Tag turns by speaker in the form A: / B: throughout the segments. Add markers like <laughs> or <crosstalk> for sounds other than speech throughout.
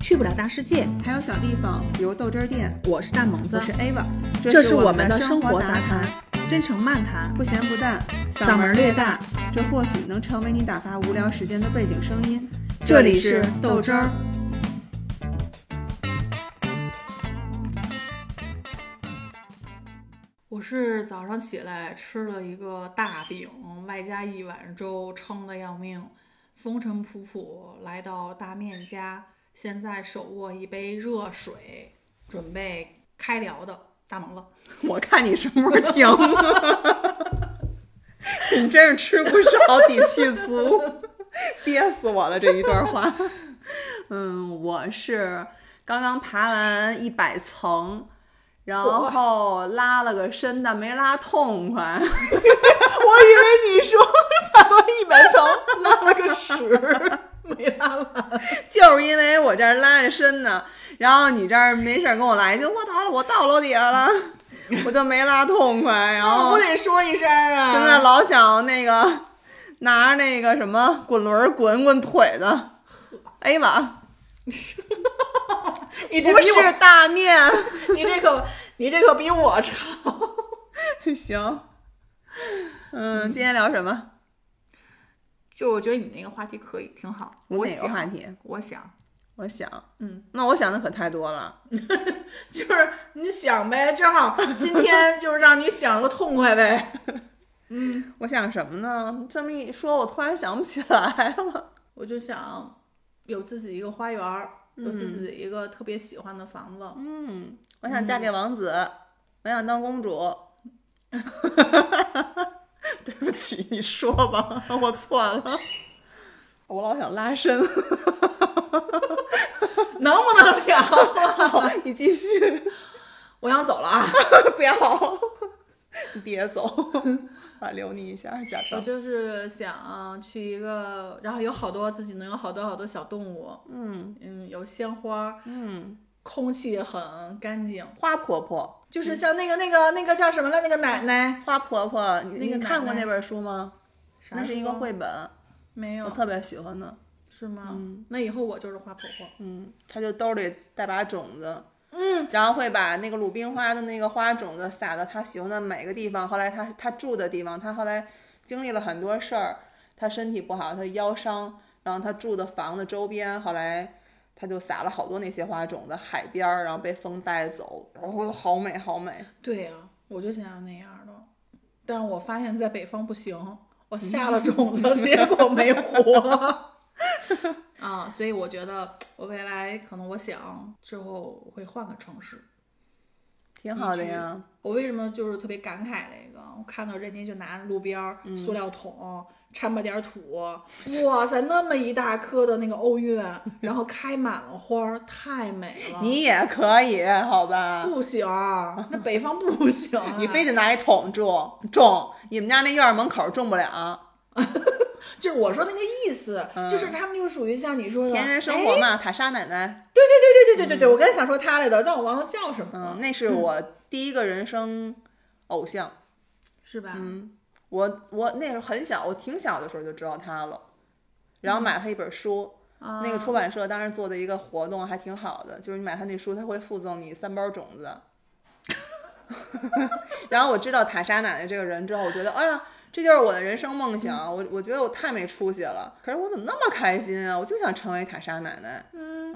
A: 去不了大世界。
B: 还有小地方，比如豆汁儿店。
A: 我是大萌子
B: 我，是 Ava，
A: 这是
B: 我
A: 我们的生活杂
B: 谈，
A: 谈，真诚漫谈，
B: 不咸不淡，
A: 嗓门略大。
B: 这或许能成为你打发无聊时间的背景声音。
A: 这里是豆汁儿。
C: 我是早上起来吃了一个大饼，外加一碗粥，撑得要命，风尘仆仆来到大面家，现在手握一杯热水，准备开聊的大萌子。
B: 我看你什么时候停？你真是吃不少底气足，憋死我了这一段话。嗯，我是刚刚爬完一百层，然后拉了个伸，但没拉痛快。 <laughs> 我以为你说爬完一百层拉了个屎。没拉完， <laughs> 就是因为我这儿拉着伸呢，然后你这儿没事儿跟我来一句，我操了，我到楼底下了，我就没拉痛快，然 <laughs> 后
C: 我得说一声啊！
B: 现在老想那个 <laughs> 拿着那个什么滚轮儿滚滚腿的，哎呀妈，
C: 你这
B: 不
C: 比
B: 是
C: 我，
B: 大面， <laughs>
C: 你这可，你这可比我长。
B: 行，嗯，今天聊什么？
C: 就我觉得你那个话题可以，挺好。我
B: 哪个
C: 想
B: 话题？
C: 我想，
B: 我想，
C: 嗯，
B: 那我想的可太多了，
C: 就是你想呗，正好今天就是让你想个痛快呗。 <laughs>
B: 我想什么呢？这么一说，我突然想不起来了。
C: 我就想有自己一个花园儿，有自己一个特别喜欢的房子。
B: 嗯，我想嫁给王子，我想当公主。 <laughs> 对不起，你说吧，我错了。 <laughs> 我老想拉
C: <laughs>
B: 伸，<laughs>
C: 能不能聊？
B: 你继续。
C: <laughs> 我想走了啊！
B: 不要， <laughs> 你别走， <laughs> 啊，留你一下，假
C: 我
B: 装。
C: 就是想去一个，然后有好多自己能有好多好多小动物，
B: 嗯
C: 嗯，有鲜花，
B: 嗯，
C: 空气很干净，
B: 花婆婆，
C: 就是像那个那个那个叫什么来，那个奶奶，
B: 花婆婆，你
C: 那个
B: 你看过
C: 奶奶
B: 那本书吗？那是一个绘本，
C: 没
B: 我
C: 有
B: 特别喜欢的。
C: 是吗？那以后我就是花婆婆。
B: 嗯，她就兜里带把种子。嗯，然后会把那个鲁冰花的那个花种子撒到她喜欢的每个地方。后来她她住的地方，她后来经历了很多事儿，她身体不好，她腰伤，然后她住的房子周边，后来她就撒了好多那些花种子，海边儿，然后被风带走，然后好美好美。
C: 对呀、我就想要那样的，但是我发现在北方不行，
B: <laughs>
C: 我下了种子，结果没活。啊，所以我觉得我未来可能我想之后我会换个城市。
B: 挺好的呀。
C: 我为什么就是特别感慨这个？我看到人家就拿路边儿
B: 嗯
C: 塑料桶、掺吧点儿土，哇塞，那么一大颗的那个欧运，然后开满了花儿，太美了。
B: 你嗯也可以，好吧？
C: 不行，那北方不行、啊，
B: <laughs> 你非得拿一桶种种，你们家那院儿门口种不了。
C: 就是我说那个意思，就是他们就属于像你说的
B: 田园生
C: 哎
B: 活嘛，塔莎奶奶。
C: 对对对对对对对，我刚才想说他来的，但我忘了叫什么了，
B: 嗯，那是我第一个人生偶像。
C: 是吧？
B: 嗯，我我那时候很小，我挺小的时候就知道他了，然
C: 嗯
B: 后买了他一本书。
C: 哦
B: 那个出版社当时做的一个活动还挺好的，就是你买他那书，他会附赠你三包种子。 <laughs> 然后我知道塔莎奶奶这个人之后，我觉得，哎呀，这就是我的人生梦想。
C: 嗯
B: 我我觉得我太没出息了，可是我怎么那么开心啊？我就想成为塔莎奶奶。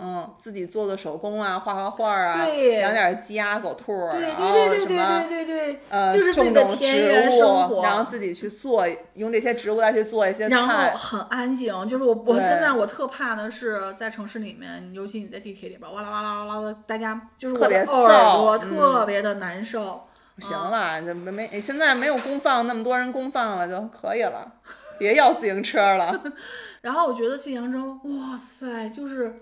B: 嗯自己做做手工啊，画画画啊，
C: 对
B: 养点鸡鸭狗兔儿，
C: 对
B: 然后
C: 对对对
B: 什么
C: 对对对对，
B: 呃，
C: 就是自己
B: 种
C: 的
B: 种
C: 田
B: 植
C: 园
B: 物
C: 生活，
B: 然后自己去做，用这些植物再去做一些
C: 然
B: 菜
C: 后。很安静，就是我我
B: 对
C: 现在我特怕的是在城市里面，尤其你在地铁里边，哇啦哇啦哇啦的，大家就是
B: 特
C: 我
B: 别
C: 的耳朵
B: 燥
C: 特别的难受。
B: 行了，这没没现在没有公放那么多人公放了就可以了，别要自行车了。 <laughs>
C: 然后我觉得去扬州，哇塞，就是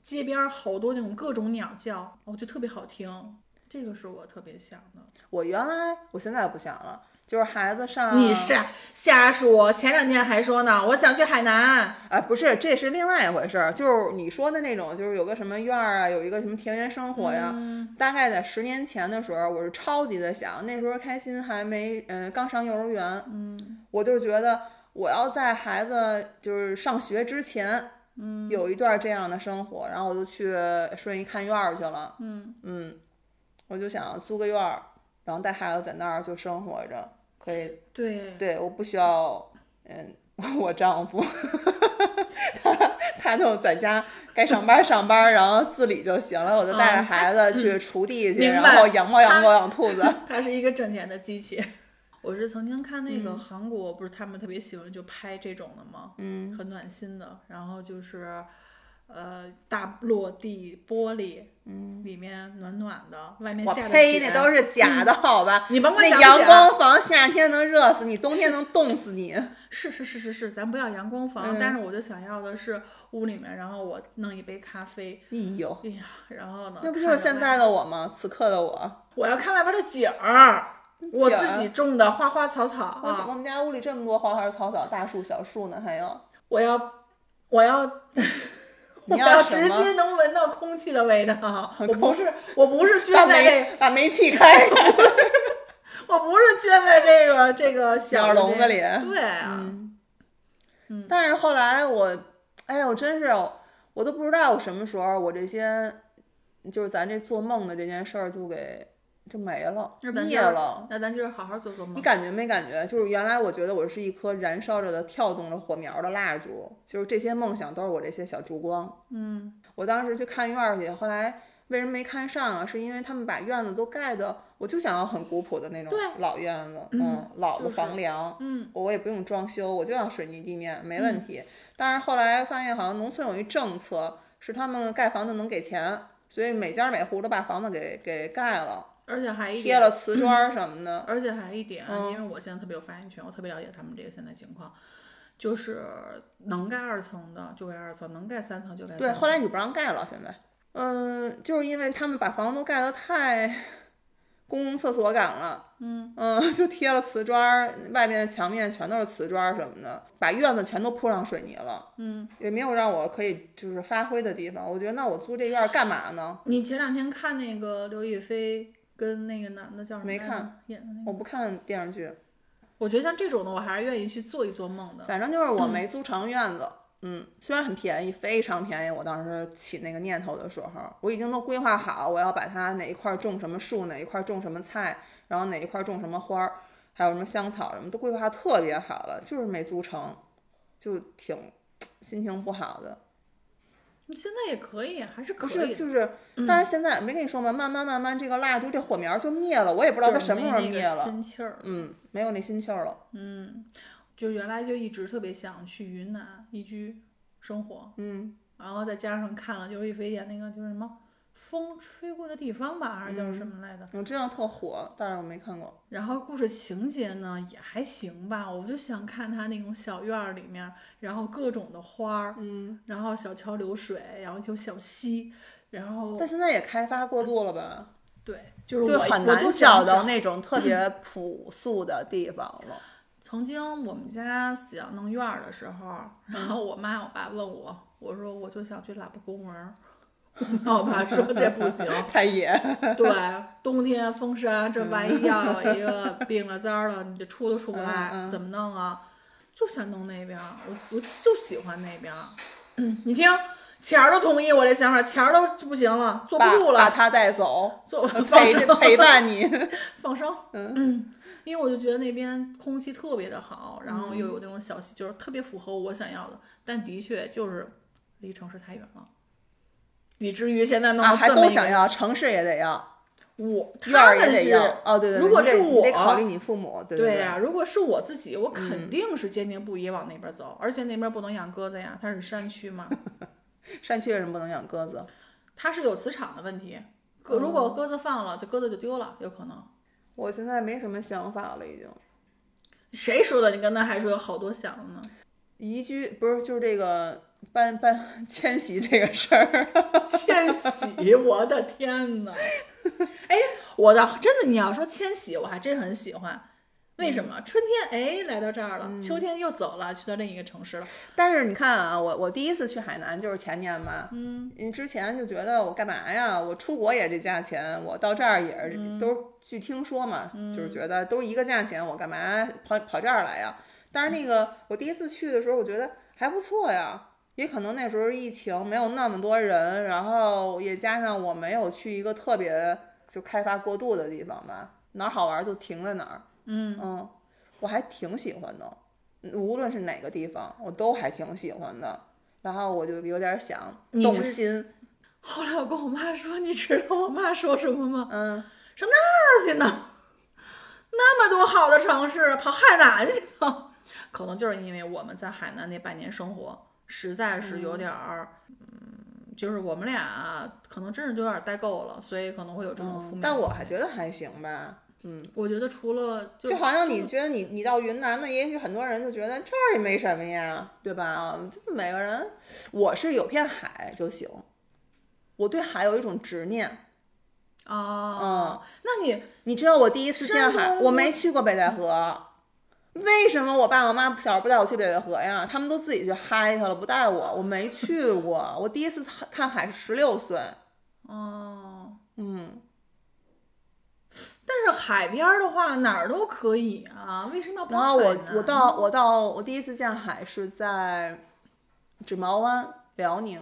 C: 街边儿好多那种各种鸟叫，我觉得特别好听，这个是我特别想的。
B: 我原来我现在不想了，就是孩子上
C: 你是瞎说，前两天还说呢，我想去海南，
B: 哎，不是，这是另外一回事儿，就是你说的那种，就是有个什么院儿啊，有一个什么田园生活呀。大概在十年前的时候，我是超级的想，那时候开心还没，嗯、刚上幼儿园，嗯，我就觉得我要在孩子就是上学之前，嗯，有一段这样的生活，然后我就去顺义看院儿去了，嗯我就想租个院儿，然后带孩子在那儿就生活着，可以，
C: <laughs> 对，
B: 对，我不需要，嗯， <laughs> 我丈夫， <laughs> 他他就在家该上班上班，然后自理就行了，我就带着孩子去锄地
C: 哦
B: 去，
C: 嗯明
B: 然
C: 白
B: 后养猫养狗养兔
C: <laughs>
B: 子，
C: 它是一个挣钱的机器。嗯我是曾经看那个韩国，不是他们特别喜欢就拍这种的吗？嗯，很暖心的。然后就是，呃，大落地玻璃，嗯，里面暖暖的，外面
B: 我
C: 下着
B: 呸，
C: 雪
B: 那都是假的，好吧？
C: 嗯你甭管
B: 那
C: 假不
B: 阳
C: 假
B: 光房夏天能热死你，冬天能冻死你。哎
C: 是是是是是，咱不要阳光房，但是我就想要的是屋里面，然后我弄一杯咖啡，
B: 哎呦，
C: 哎呀，然后呢，
B: 那不就
C: 看着啊
B: 是现
C: 外
B: 在的我吗？此刻的我，
C: 我要看外边的景儿，我
B: 景儿
C: 自己种的花花草草
B: 我
C: 啊，
B: 我们家屋里这么多花花草草、大树、小树呢，还有
C: 我要，我要，
B: <laughs> 你
C: 我
B: 要
C: 要
B: 什
C: 直
B: 么
C: 接能闻到空气的味道。我
B: 空
C: 不是，我不是
B: 把
C: 撅在这，
B: 煤把煤气开，
C: 我不是撅在这个这个小
B: 鸟
C: 的这
B: 笼子里嗯
C: 对啊，
B: 但是后来我，哎呦，真是我都不知道我什么时候我这些，就是咱这做梦的这件事儿就给就没了，
C: 那咱
B: 灭
C: 今儿
B: 了。
C: 那咱今儿好好做做
B: 你
C: 梦。
B: 感觉没感觉？就是原来我觉得我是一颗燃烧着的、跳动着火苗的蜡烛，就是这些梦想都是我这些小烛光。
C: 嗯，
B: 我当时去看院儿去，后来为什么没看上啊？是因为他们把院子都盖的，我就想要很古朴的那种
C: 对
B: 老院子，嗯，老的
C: 就是
B: 房梁，
C: 嗯，
B: 我也不用装修，我就要水泥地面，没问题。但是后来发现好像农村有一政策，是他们盖房子能给钱，所以每家每户都把房子给给盖了，
C: 而且还一
B: 贴
C: 点
B: 了嗯瓷砖儿什么的。
C: 而且还一点啊，因为我现在特别有发言权，我特别了解他们这个现在情况，就是能盖二层的就盖二层，能盖三层就盖三层。
B: 对，后来你不让盖了，现在，嗯，就是因为他们把房子都盖得太公共厕所感了，嗯 <laughs> 就贴了瓷砖儿，外面的墙面全都是瓷砖儿什么的，把院子全都铺上水泥了，嗯，也没有让我可以就是发挥的地方。我觉得那我租这院儿干嘛呢？
C: 你前两天看那个刘亦菲跟那个男的叫什么？
B: 没看，
C: 演的那
B: 我
C: 个。
B: 不看电视剧，
C: 我觉得像这种的，我还是愿意去做一做梦的。
B: 反正就是
C: 嗯
B: 我没租成院子。嗯，虽然很便宜，非常便宜。我当时起那个念头的时候，我已经都规划好，我要把它哪一块儿种什么树，哪一块儿种什么菜，然后哪一块儿种什么花儿，还有什么香草什么，都规划特别好了，就是没租成，就挺心情不好的。
C: 现在也可以，啊还是可
B: 不
C: 以的。嗯
B: 是，就是，但是现在没跟你说吗？慢慢慢慢，这个蜡烛这火苗就灭了，我也不知道
C: 就是
B: 它什么时候
C: 没那
B: 灭
C: 个
B: 了。
C: 心气儿。
B: 嗯，没有那心气儿了。
C: 就原来就一直特别想去云南移居生活，
B: 嗯，
C: 然后再加上看了刘亦菲演那个就是什么风吹过的地方吧，还是叫
B: 嗯
C: 什么来着？
B: 我知道特火，但是我没看过。
C: 然后故事情节呢也还行吧，我就想看他那种小院儿里面，然后各种的花儿，
B: 嗯。
C: 然后小桥流水，然后有小溪，然后
B: 但现在也开发过度了吧？
C: 对，就是
B: 就
C: 我
B: 很
C: 我
B: 难
C: 就想嗯
B: 找到
C: 找
B: 那种特别朴素的地方了。
C: 曾经我们家想弄院儿的时候，然后我妈我爸问我，我说我就想去喇叭公园儿。然后我爸说这不行，
B: 太野， <laughs>
C: 对，冬天风沙，这万一要一个病了灾儿了，你就出都出不
B: 嗯
C: 来，
B: 嗯
C: 怎么弄啊？就想弄那边儿，我我就喜欢那边儿。 <clears throat> 嗯，你听，钱儿都同意我这想法，钱儿都不行了，坐不
B: 把
C: 住
B: 把
C: 了，
B: 他带走，
C: 坐 <laughs> 放
B: 陪
C: 生
B: 陪伴你。
C: 放生。嗯， <clears throat> 因为我就觉得那边空气特别的好，然
B: 嗯
C: 后又有那种小溪，就是特别符合我想要的。但的确就是离城市太远了，以至于现在 <laughs> 弄
B: 啊，
C: 到
B: 还
C: 这
B: 都
C: 么一
B: 想
C: 个。
B: 要，城市也得要，
C: 我
B: 院
C: 他
B: 儿也
C: 们
B: 得
C: 是
B: 要。哦，对对对，
C: 如果
B: 你得
C: 是
B: 你得
C: 我
B: 考虑你父母，对
C: 对啊
B: 对嗯
C: 呀、如果是我自己，我肯定是坚定不移往那边走，而且那边不能养鸽子呀，它是山区
B: <laughs>
C: 嘛，
B: 山区为什么不能养鸽子？
C: 它是有磁场的问题。鸽如
B: 哦
C: 果鸽子放了，这鸽子就丢了，有可能。
B: 我现在没什么想法了，已经
C: 谁说的？你刚才还说有好多想的
B: <laughs>
C: 呢，
B: 移居不是就是这个搬搬迁徙这个事儿。
C: 迁徙，我的天
B: <laughs>
C: 呐！哎，我的真的，你要说迁徙，我还真很喜欢。为什么？春天哎来到这儿了，
B: 嗯
C: 秋天又走了，去到另一个城市了。
B: 但是你看啊，我我第一次去海南就是前年吧，嗯，你之前就觉得我干嘛呀？我出国也这价钱，我到这儿也是、都是据听说嘛，就是觉得都一个价钱，我干嘛跑跑这儿来呀？但是那个我第一次去的时候，我觉得还不错呀，也可能那时候疫情没有那么多人，然后也加上我没有去一个特别就开发过度的地方吧，哪儿好玩就停在哪儿。
C: 嗯
B: 嗯，我还挺喜欢的，无论是哪个地方，我都还挺喜欢的。然后我就有点想
C: 你
B: 动
C: 这
B: 心，
C: 后来我跟我妈说，你知道我妈说什么吗？
B: 嗯，
C: 上那儿去呢？那么多好的城市，跑海南去呢？可能就是因为我们在海南那半年生活，实在是有点儿，嗯，就是我们俩可能真是有点儿待够了，所以可能会有这种哦负面。
B: 嗯但我还觉得还行吧，嗯，
C: 我觉得除了就
B: 就好像你
C: 就
B: 觉得你你到云南呢，也许很多人就觉得这儿也没什么呀，对吧？啊，就每个人，我是有片海就行，我对海有一种执念。嗯
C: 哦，那你
B: 你知道我第一次见
C: 山
B: 海，
C: 东
B: 我没去过北戴河，为什么我爸我妈小时候不带我去北戴河呀？他们都自己去嗨去了，不带我，我没去过。我第一次看海是十六岁，
C: 哦，
B: 嗯，
C: 但是海边儿的话哪儿都可以啊，为什么要跑
B: 然后我
C: 海南
B: 我到我到我第一次见海是在纸毛湾，辽宁，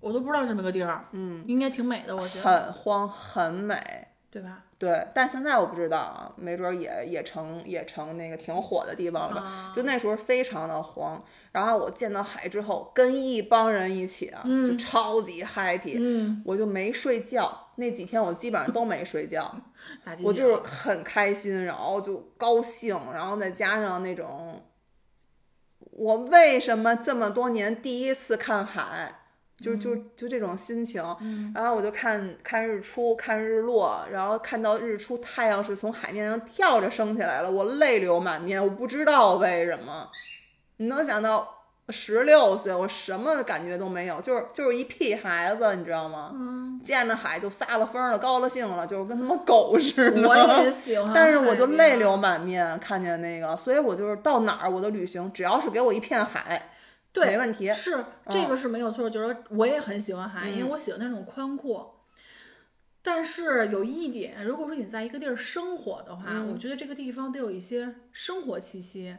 C: 我都不知道这么个地儿，
B: 嗯，
C: 应该挺美的，我觉得，
B: 很荒很美。
C: 对吧？
B: 对，但现在我不知道啊，没准儿也也成也成那个挺火的地方了吧。就那时候非常的慌，然后我见到海之后，跟一帮人一起啊，就超级 happy，、
C: 嗯，
B: 我就没睡觉，那几天我基本上都没睡觉，
C: 打击
B: 我就
C: 你
B: 是
C: 了
B: 很开心，然后就高兴，然后再加上那种，我为什么这么多年第一次看海，就就就这种心情，然后我就看看日出，看日落，然后看到日出，太阳是从海面上跳着升起来了，我泪流满面，我不知道为什么，你能想到？十六岁，我什么感觉都没有，就是就是一屁孩子，你知道吗？
C: 嗯，
B: 见着海就撒了疯了，高了兴了，就是跟他妈狗似的。
C: 我
B: <laughs>
C: 也啊喜欢，
B: 但是我就泪流。满面看见那个，所以我就是到哪儿我都旅行，只要是给我一片海，
C: 对
B: 没问题。
C: 是这个是没有错，就是我也很喜欢海，因为我喜欢那种宽阔。但是有一点，如果说你在一个地儿生活的话，我觉得这个地方得有一些生活气息。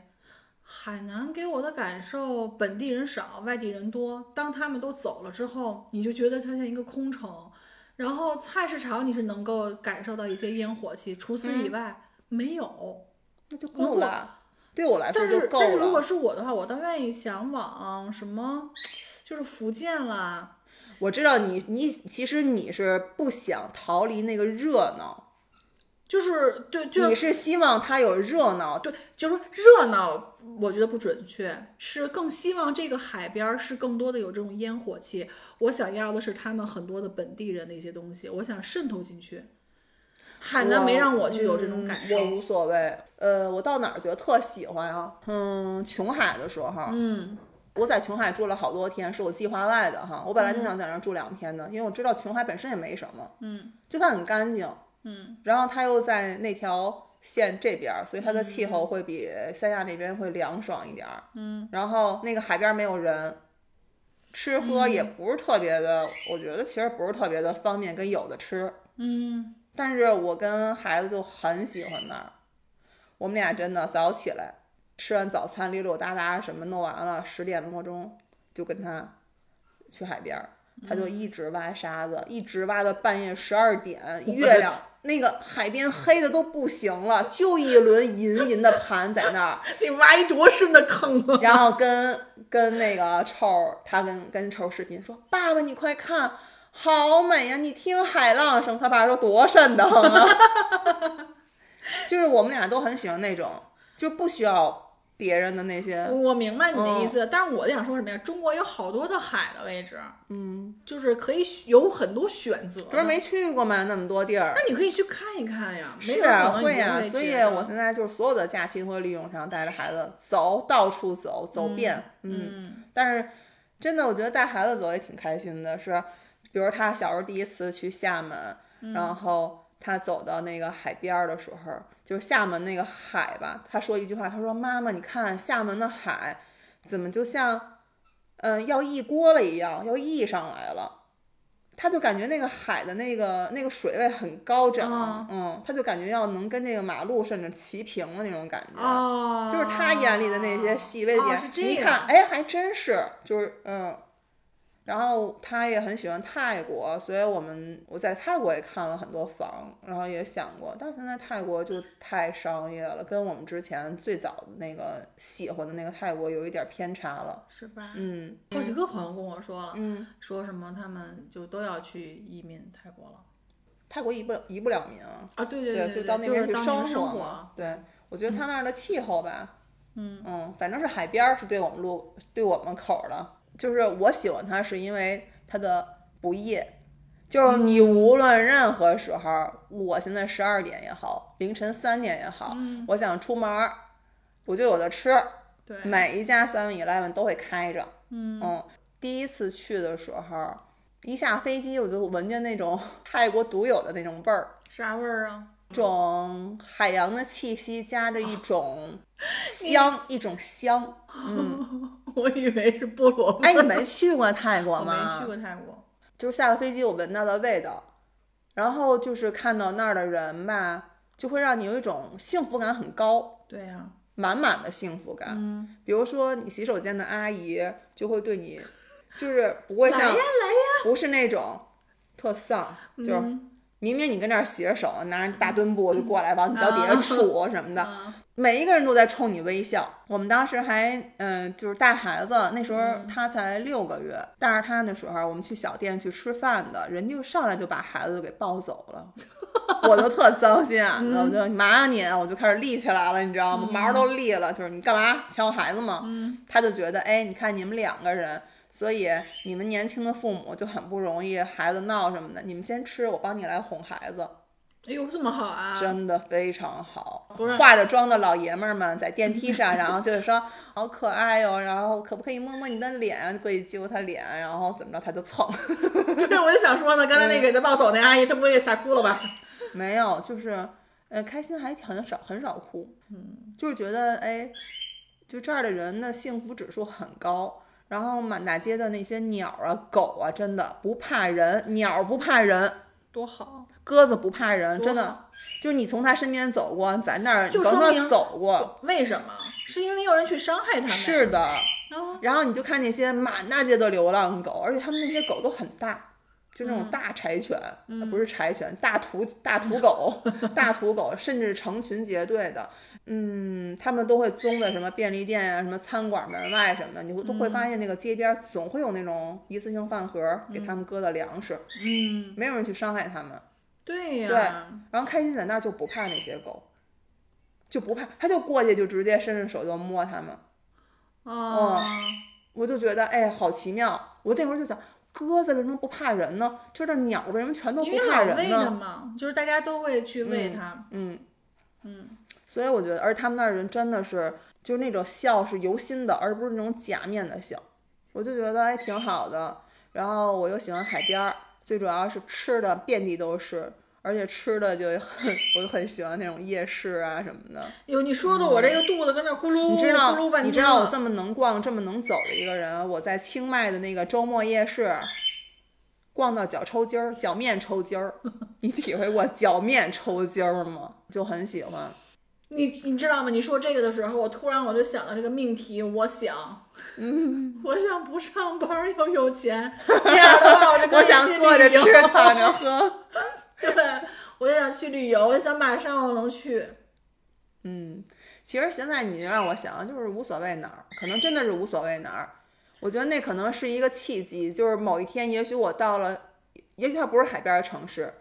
C: 海南给我的感受，本地人少，外地人多。当他们都走了之后，你就觉得它像一个空城。然后菜市场你是能够感受到一些烟火气，除此以外、没有。
B: 那就
C: 如
B: 够
C: 果
B: 了，对我来说
C: 但
B: 就是够
C: 但是如果
B: 了。
C: 是我的话，我倒愿意想往什么，就是福建啦，
B: 我知道你，你其实你是不想逃离那个热闹，
C: 就是对，就
B: 你是希望它有热闹。
C: 对，就是说热闹，我觉得不准确，是更希望这个海边儿是更多的有这种烟火气。我想要的是他们很多的本地人的一些东西，我想渗透进去。海南没让我去有这种感受
B: 嗯我，无所谓。呃，我到哪儿觉得特喜欢啊？嗯，琼海的时候，
C: 嗯
B: 我在琼海住了好多天，是我计划外的哈。我本来就想在那儿住两天的，因为我知道琼海本身也没什么，
C: 嗯
B: 就它很干净，
C: 嗯，
B: 然后它又在那条线这边儿，所以它的
C: 嗯
B: 气候会比三亚那边会凉爽一点儿，嗯，然后那个海边没有人，吃喝也不是特别的，我觉得其实不是特别的方便跟有的吃，
C: 嗯，
B: 但是我跟孩子就很喜欢那儿，我们俩真的早起来，吃完早餐溜溜达达什么弄完了，十点多钟就跟他去海边儿，他就一直挖沙子，一直挖到半夜十二点，月亮那个海边黑的都不行了，就一轮银银的盘在那儿，
C: 你挖一多深的坑啊！
B: <laughs> 然后跟跟那个臭儿，他跟跟臭儿视频说：“爸爸，你快看，好美呀、你听海浪声。”他爸说：“多瘆得慌啊！” <laughs> 就是我们俩都很喜欢那种，就不需要别人的那些。
C: <laughs> 我明白你的意
B: 嗯
C: 思，但是我想说什么呀？中国有好多的海的位置，嗯，就是可以选有很多选择
B: 不是
C: 的。
B: 没去过吗？那么多地儿。
C: 那你可以去看一看呀，没
B: 是
C: 准儿
B: 啊，
C: 可能
B: 会
C: 你就
B: 呀、
C: 会
B: 所以
C: 觉得
B: 我现哦在就是所有的假期都会利用上，带着孩子走，到处走，走遍，嗯。但是真的，我觉得带孩子走也挺开心的，是，比如他小时候第一次去厦门，
C: 嗯
B: 然后他走到那个海边儿的时候，就是厦门那个海吧，他说一句话，他说：“妈妈，你看厦门的海呃怎么就像，嗯、要溢锅了一样，要溢上来了。”他就感觉那个海的那个那个水位很高涨，
C: 啊
B: 嗯，他就感觉要能跟这个马路甚至齐平了那种感觉。
C: 哦，
B: 就是他眼里的那些细微的
C: 哦
B: 点，
C: 是这
B: 你一
C: 样
B: 看，哎，还真是，就是嗯。然后他也很喜欢泰国，所以我们我在泰国也看了很多房，然后也想过，但是现在泰国就太商业了，跟我们之前最早的那个喜欢的那个泰国有一点偏差了。
C: 是吧？
B: 嗯
C: 好几个朋友跟我说了，
B: 嗯，
C: 说什么他们就都要去移民泰国了
B: 泰国移不了移不了民啊，
C: 啊，对对
B: 就
C: 对，
B: 到那边去
C: 就是当地
B: 活
C: 生
B: 嘛。对，我觉得他那儿的气候吧，嗯反正是海边儿是对我们路对我们口儿的。就是我喜欢它，是因为它的不夜，就是你
C: 嗯
B: 无论任何时候，我现在十二点也好，凌晨三点也好，
C: 嗯
B: 我想出门儿，我就有的吃。
C: 对，
B: 每一家 Seven Eleven 都会开着。嗯第一次去的时候，一下飞机我就闻见那种 <laughs> 泰国独有的那种味儿。
C: 啥味儿啊？ <laughs>
B: 一种海洋的气息，夹着一种
C: <laughs>
B: 香，一种香。
C: 我以为是菠萝味
B: 哎，
C: 儿。
B: 你没去过泰国
C: <laughs> 我没
B: 吗？
C: 去过泰国。
B: 就是下了飞机，我闻到的味道，然后就是看到那儿的人吧，就会让你有一种幸福感很高，
C: 对呀、
B: 满满的幸福感。嗯，比如说你洗手间的阿姨就会对你，就是不会像
C: 来呀来呀，
B: 不是那种特丧，就是明明你跟那儿洗着手，拿着大墩布就过来往你脚底下杵什么的，每一个人都在冲你微笑。我们当时还嗯、就是带孩子，那时候他才六个月，带着他的时候，我们去小店去吃饭的，人就上来就把孩子就给抱走了。我就特脏心眼子，我就麻呀你，啊我就开始立起来了，你知道吗？毛都立了，就是你干嘛抢我孩子吗？他就觉得，哎，你看你们两个人，所以你们年轻的父母就很不容易，孩子闹什么的，你们先吃，我帮你来哄孩子，
C: 哎呦，这么好啊！
B: 真的非常好。
C: 不是
B: 化着妆的老爷们儿们在电梯上，然后就是说好可爱哟、然后可不可以摸摸你的脸，啊过去揪他脸，然后怎么着他就蹭。
C: 对，我就想说呢，刚才那给他抱走那阿姨，她不会给吓哭了吧？
B: 没有，就是呃，开心还很少，很少哭，嗯，就是觉得哎，就这儿的人的幸福指数很高。然后满大街的那些鸟啊、狗啊，真的不怕人，鸟不怕人，
C: 多好！
B: 鸽子不怕人，
C: 多
B: 真的
C: 好。
B: 就是你从它身边走过，咱这儿
C: 就
B: 甭
C: 说
B: 说
C: 明
B: 走过，
C: 为什么？是因为没有人去伤害他们。
B: 是的。
C: 啊，
B: 然后你就看那些满大街的流浪狗，而且它们那些狗都很大，就那种大柴犬，呃不是柴犬，大土大土狗，大土狗，甚至成群结队的，嗯，他们都会踪在什么便利店呀、什么餐馆门外什么的，你会都会发现那个街边儿总会有那种一次性饭盒儿给他们搁的粮食，
C: 嗯，
B: 没有人去伤害他们。
C: 对呀、
B: 然后开心在那儿就不怕那些狗，就不怕，他就过去就直接伸着手就摸它们。
C: 哦，
B: 嗯我就觉得哎，好奇妙。我那会儿就想，鸽子为什么不怕人呢？就这鸟为什么全都不
C: 因为
B: 怕
C: 老
B: 人
C: 喂它
B: 呢？
C: 嘛，就是大家都会去喂它。
B: 嗯嗯，所以我觉得，而他们那儿人真的是，就是那种笑是由心的，而不是那种假面的笑。我就觉得哎，挺好的。然后我又喜欢海边儿，最主要是吃的遍地都是，而且吃的就很， <laughs> 我就很喜欢那种夜市啊什么的。
C: 哟、你说的我这个肚子跟那咕噜
B: 你知
C: 咕噜半
B: 道，
C: 天
B: 你知道我
C: 了
B: 这么能逛、这么能走的一个人，我在清迈的那个周末夜市逛到脚抽筋儿，脚面抽筋儿。 <laughs> 你体会过脚面抽筋儿吗？就很喜欢。
C: 你你知道吗？你说这个的时候，我突然我就想到这个命题，我想，嗯， <laughs> 我想不上班要有钱，
B: <laughs>
C: 这样的话我就可
B: 我
C: 以
B: 想
C: 去
B: 坐着
C: 旅游
B: 吃，躺着喝。
C: 对，我就想去旅游，我想马上我能去，
B: 嗯，其实现在你让我想，就是无所谓哪儿，可能真的是无所谓哪儿。我觉得那可能是一个契机，就是某一天，也许我到了，也许它不是海边的城市，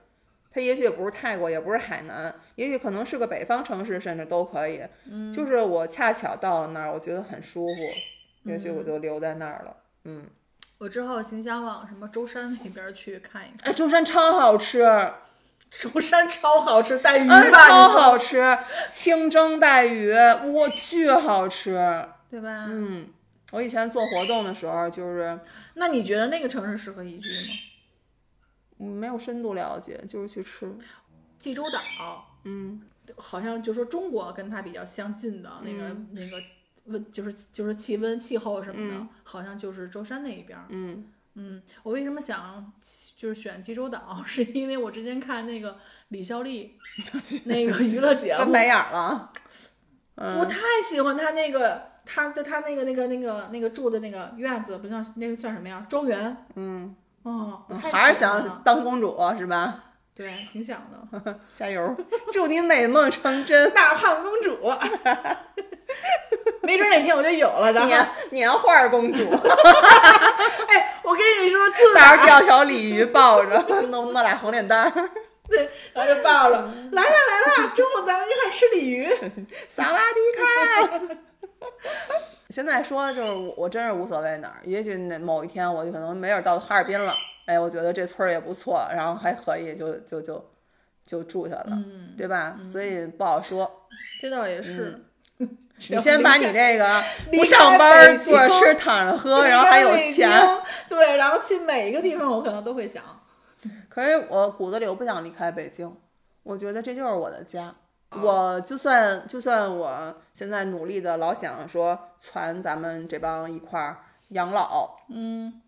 B: 它也许也不是泰国，也不是海南，也许可能是个北方城市，甚至都可以。嗯，就是我恰巧到了那儿，我觉得很舒服，也许我就留在那儿了。嗯，
C: 我之后挺想往什么舟山那边去看一看， <laughs>
B: 哎，舟山超好吃，
C: 舟山超好吃带鱼吧，
B: 嗯，
C: 你
B: 超
C: 说
B: 好吃，清蒸带鱼，哇，巨好吃。
C: 对吧？
B: 嗯，我以前做活动的时候，就是
C: 那你觉得那个城市适合宜居吗？
B: 没有深度了解，就是去吃。
C: 济州岛，
B: 嗯，
C: 好像就说中国跟它比较相近的那个、
B: 嗯
C: 那个温，就是就是气温、气候什么的，好像就是舟山那一边儿。
B: 嗯
C: 嗯，我为什么想就是选济州岛， <laughs> 是因为我之前看那个李孝
B: <laughs>
C: 利那个娱乐节
B: 翻
C: 目，
B: 白眼儿了。
C: 我太喜欢他那个，他就他那个那个那个那个住的那个院子，不叫那个算什么呀？庄园。
B: 嗯，
C: 哦，我
B: 嗯
C: 太
B: 还是
C: 喜欢了
B: 想当公主是吧？
C: 对，挺想的。
B: 加 <laughs> 油，祝你美梦成
C: <laughs>
B: 真。
C: 大胖公主，没准哪天我就有了。然后，
B: 年年画公 <laughs> 主，
C: 哎，我跟你说，次
B: 拿着钓条鲤鱼抱 <laughs> 着，弄弄俩红脸蛋儿，
C: 然后就抱了， <laughs> 来啦来啦，中午咱们一块儿吃鲤鱼。
B: 萨瓦 <laughs> 迪卡。现在说就是我，我真是无所谓哪儿，也许哪某一天我就可能没准到哈尔滨了，哎，我觉得这村儿也不错，然后还可以，就就就就住下了，对吧？所以不好说。
C: 这倒也是，
B: <laughs> 你先把你
C: <laughs>
B: 这个
C: 离
B: 不
C: 开
B: 上班儿
C: 北京
B: 坐着吃躺
C: <laughs>
B: 着喝，然后还有钱，。
C: 对，然后去每一个地方，我可能都会想，
B: 可是我骨子里我不想离开北京，我觉得这就是我的家。
C: 哦
B: 我就算就算我现在努力的老想说攒咱们这帮一块儿养老，嗯，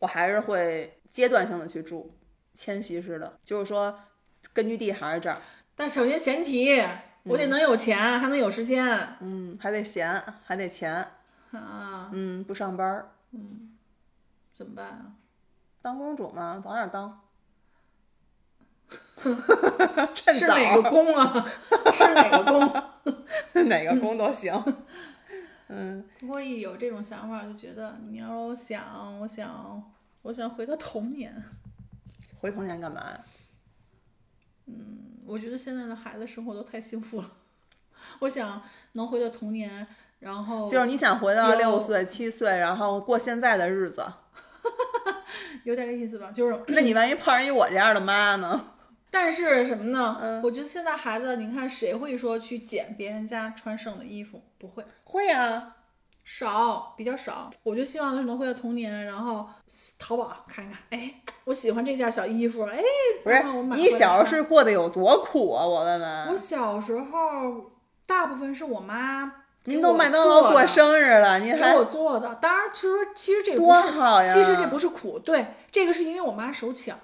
B: 我还是会阶段性的去住，迁徙式的，就是说根据地还是这儿，
C: 但首先前提，我得能有钱，还能有时间。
B: 嗯，还得闲，还得钱，
C: 啊，
B: 嗯，不上班儿，
C: 怎么办啊？
B: 当公主嘛，早点
C: <laughs>
B: 当，趁
C: 是
B: 早
C: 哪个宫啊？ <laughs> 是哪个宫？
B: 哪个宫都行，嗯。
C: 不过一有这种想法，就觉得你要是我想，我想，我想回到童年。
B: 回童年干嘛呀？
C: 我觉得现在的孩子生活都太幸福了， <laughs> 我想能回到童年，然后
B: 就是你想回到
C: 有
B: 六岁、七岁，然后过现在的日子，
C: 有点这意思吧，就是
B: 那你万一碰上一我这样的妈呢？
C: 但是什么呢？
B: 嗯
C: 我觉得现在孩子，你看谁会说去捡别人家穿剩的衣服？不会，
B: 会啊，
C: 少，比较少。我就希望就是能回到童年，然后淘宝看看，哎，我喜欢这件小衣服，哎，
B: 不是
C: 然后我买
B: 你
C: 回来
B: 小时候
C: 穿
B: 是过得有多苦啊？我问
C: 我
B: 问，
C: 小时候大部分是我妈给
B: 您都
C: 我
B: 麦当
C: 做
B: 劳过
C: 的
B: 生日了，您
C: 给
B: 还
C: 我做的。当然，其实其实这个不
B: 多
C: 是，
B: 好呀
C: 其实这不是苦，对，这个是因为我妈手巧。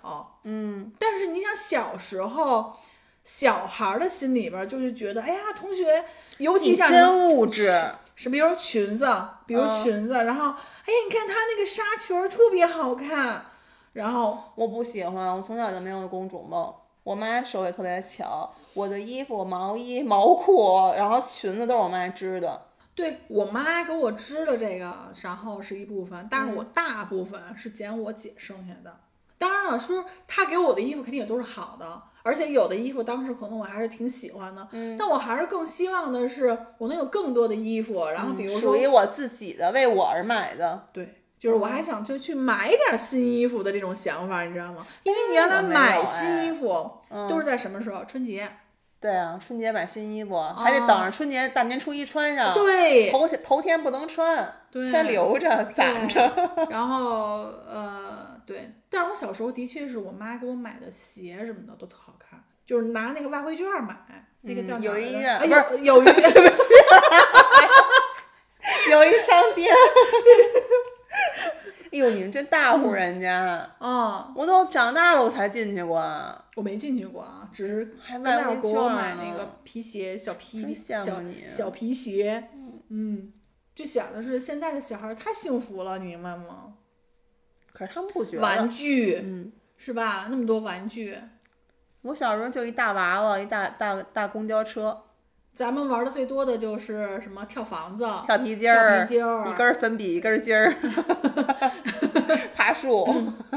B: 嗯，
C: 但是你想，小时候小孩儿的心里边儿就是觉得，哎呀，同学，尤其
B: 你
C: 像
B: 真物质，
C: 什么，比如裙子，比如
B: 嗯
C: 裙子，然后，哎呀，你看她那个纱裙儿特别好看，然后
B: 我不喜欢，我从小就没有公主梦。我妈手也特别巧，我的衣服、毛衣、毛裤，然后裙子都是我妈织的。
C: 对我妈给我织的这个，然后是一部分，但是我
B: 嗯
C: 大部分是捡我姐剩下的。当然了，说她给我的衣服肯定也都是好的，而且有的衣服当时可能我还是挺喜欢的，
B: 嗯
C: 但我还是更希望的是我能有更多的衣服，然后比如说，
B: 嗯属于嗯我自己的，为我而买的。
C: 对，就是我还想就去买点儿新衣服的这种想法，你知道吗？因为你原来
B: 我没
C: 买
B: 有哎
C: 新衣服都是在什么时候？春节。
B: 对啊，春节买新衣服，还得等着春节大年初一穿上。
C: 哦对，
B: 头天头天不能穿，
C: 对
B: 先留 <laughs> 着攒着。
C: 然后呃，对，但是我小时候的确是我妈给我买的鞋什么的都特好看，就是拿那个外汇券儿买，那个叫
B: 嗯
C: 哪
B: 友
C: 儿
B: 谊
C: 的
B: 院
C: 哎
B: 不
C: 有有
B: <laughs>
C: 一
B: 有一商店。 <laughs> 哎呦，你们真大户人家！
C: 啊，
B: 我都长大了我才进去过，
C: 我没进去过啊，只是
B: 还
C: 跟
B: 外
C: 那
B: 汇
C: 儿给
B: 券
C: 我
B: 儿
C: 买
B: 呢
C: 那个皮鞋，小皮
B: 真羡慕
C: 小
B: 你啊
C: 小皮鞋，嗯，就想的是现在的小孩儿太幸福了，你明白吗？
B: 可是他们不觉
C: 玩
B: 得。
C: 具、
B: 嗯，
C: 是吧？那么多玩具，
B: 我小时候就一大娃娃，一大大大公交车，
C: 咱们玩的最多的就是什么跳房子、
B: 跳皮筋
C: 哦跳
B: 儿，
C: 皮筋儿
B: 一根儿粉笔一根儿
C: <laughs>
B: 筋儿，爬树。